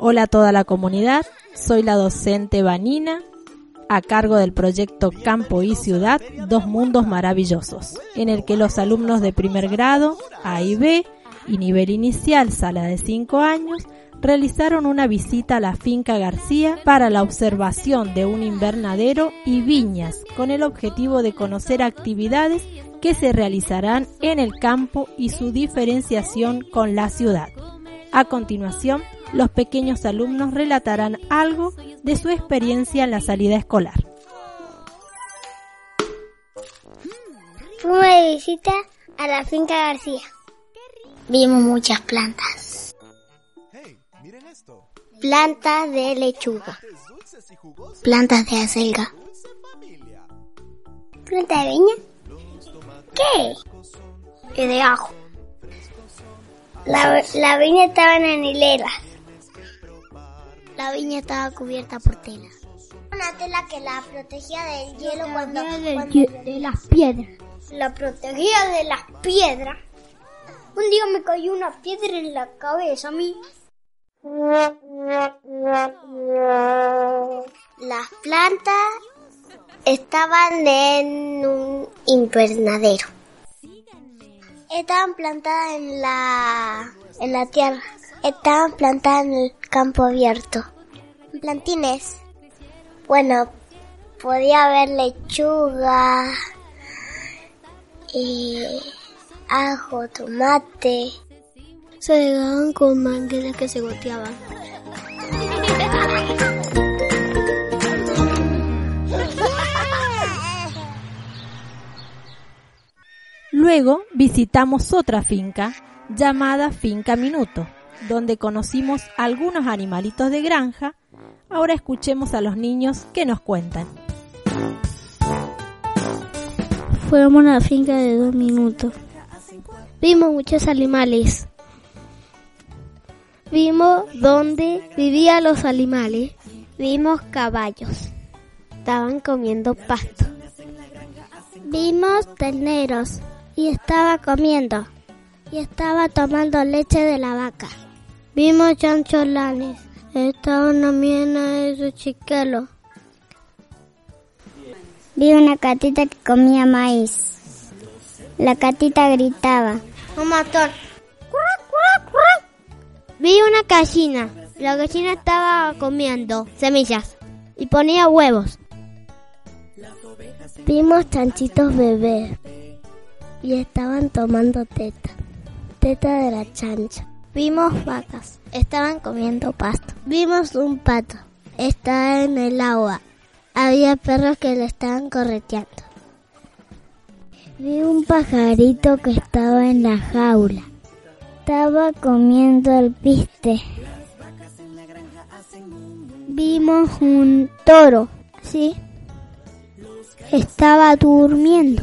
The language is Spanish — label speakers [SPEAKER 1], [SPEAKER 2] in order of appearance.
[SPEAKER 1] Hola a toda la comunidad, soy la docente Vanina, a cargo del proyecto Campo y Ciudad, Dos Mundos Maravillosos, en el que los alumnos de primer grado, A y B, y nivel inicial, sala de 5 años, realizaron una visita a la finca García para la observación de un invernadero y viñas, con el objetivo de conocer actividades que se realizarán en el campo y su diferenciación con la ciudad. A continuación, los pequeños alumnos relatarán algo de su experiencia en la salida escolar.
[SPEAKER 2] Fuimos de visita a la finca García. Vimos muchas plantas. Plantas de lechuga. Plantas de acelga. Plantas de viña. ¿Qué? Y de ajo. La, la viña estaba en hileras. La viña estaba cubierta por tela. Una tela que la protegía del hielo cuando, cuando
[SPEAKER 3] de las piedras.
[SPEAKER 2] la protegía de las piedras. Un día me cayó una piedra en la cabeza a mí. Las plantas estaban en un invernadero. Estaban plantadas en la en la tierra. Estaban plantadas en el campo abierto. Plantines. Bueno, podía haber lechuga, eh, ajo, tomate.
[SPEAKER 3] Se llegaban con mangueras que se goteaban.
[SPEAKER 1] Luego visitamos otra finca llamada Finca Minuto, donde conocimos algunos animalitos de granja. Ahora escuchemos a los niños que nos cuentan.
[SPEAKER 3] Fuimos a una finca de dos minutos. Vimos muchos animales. Vimos dónde vivían los animales. Vimos caballos. Estaban comiendo pasto. Vimos terneros y estaba comiendo. Y estaba tomando leche de la vaca. Vimos chancholanes. Estaban comiendo esos chiquelos.
[SPEAKER 2] Vi una catita que comía maíz. La catita gritaba. Un matón.
[SPEAKER 3] Vi una gallina. La gallina estaba comiendo semillas y ponía huevos.
[SPEAKER 2] Vimos chanchitos bebés y estaban tomando teta, teta de la chancha. Vimos vacas, estaban comiendo pasto. Vimos un pato, estaba en el agua. Había perros que lo estaban correteando. Vi un pajarito que estaba en la jaula. Estaba comiendo el piste. Vimos un toro, ¿sí? Estaba durmiendo.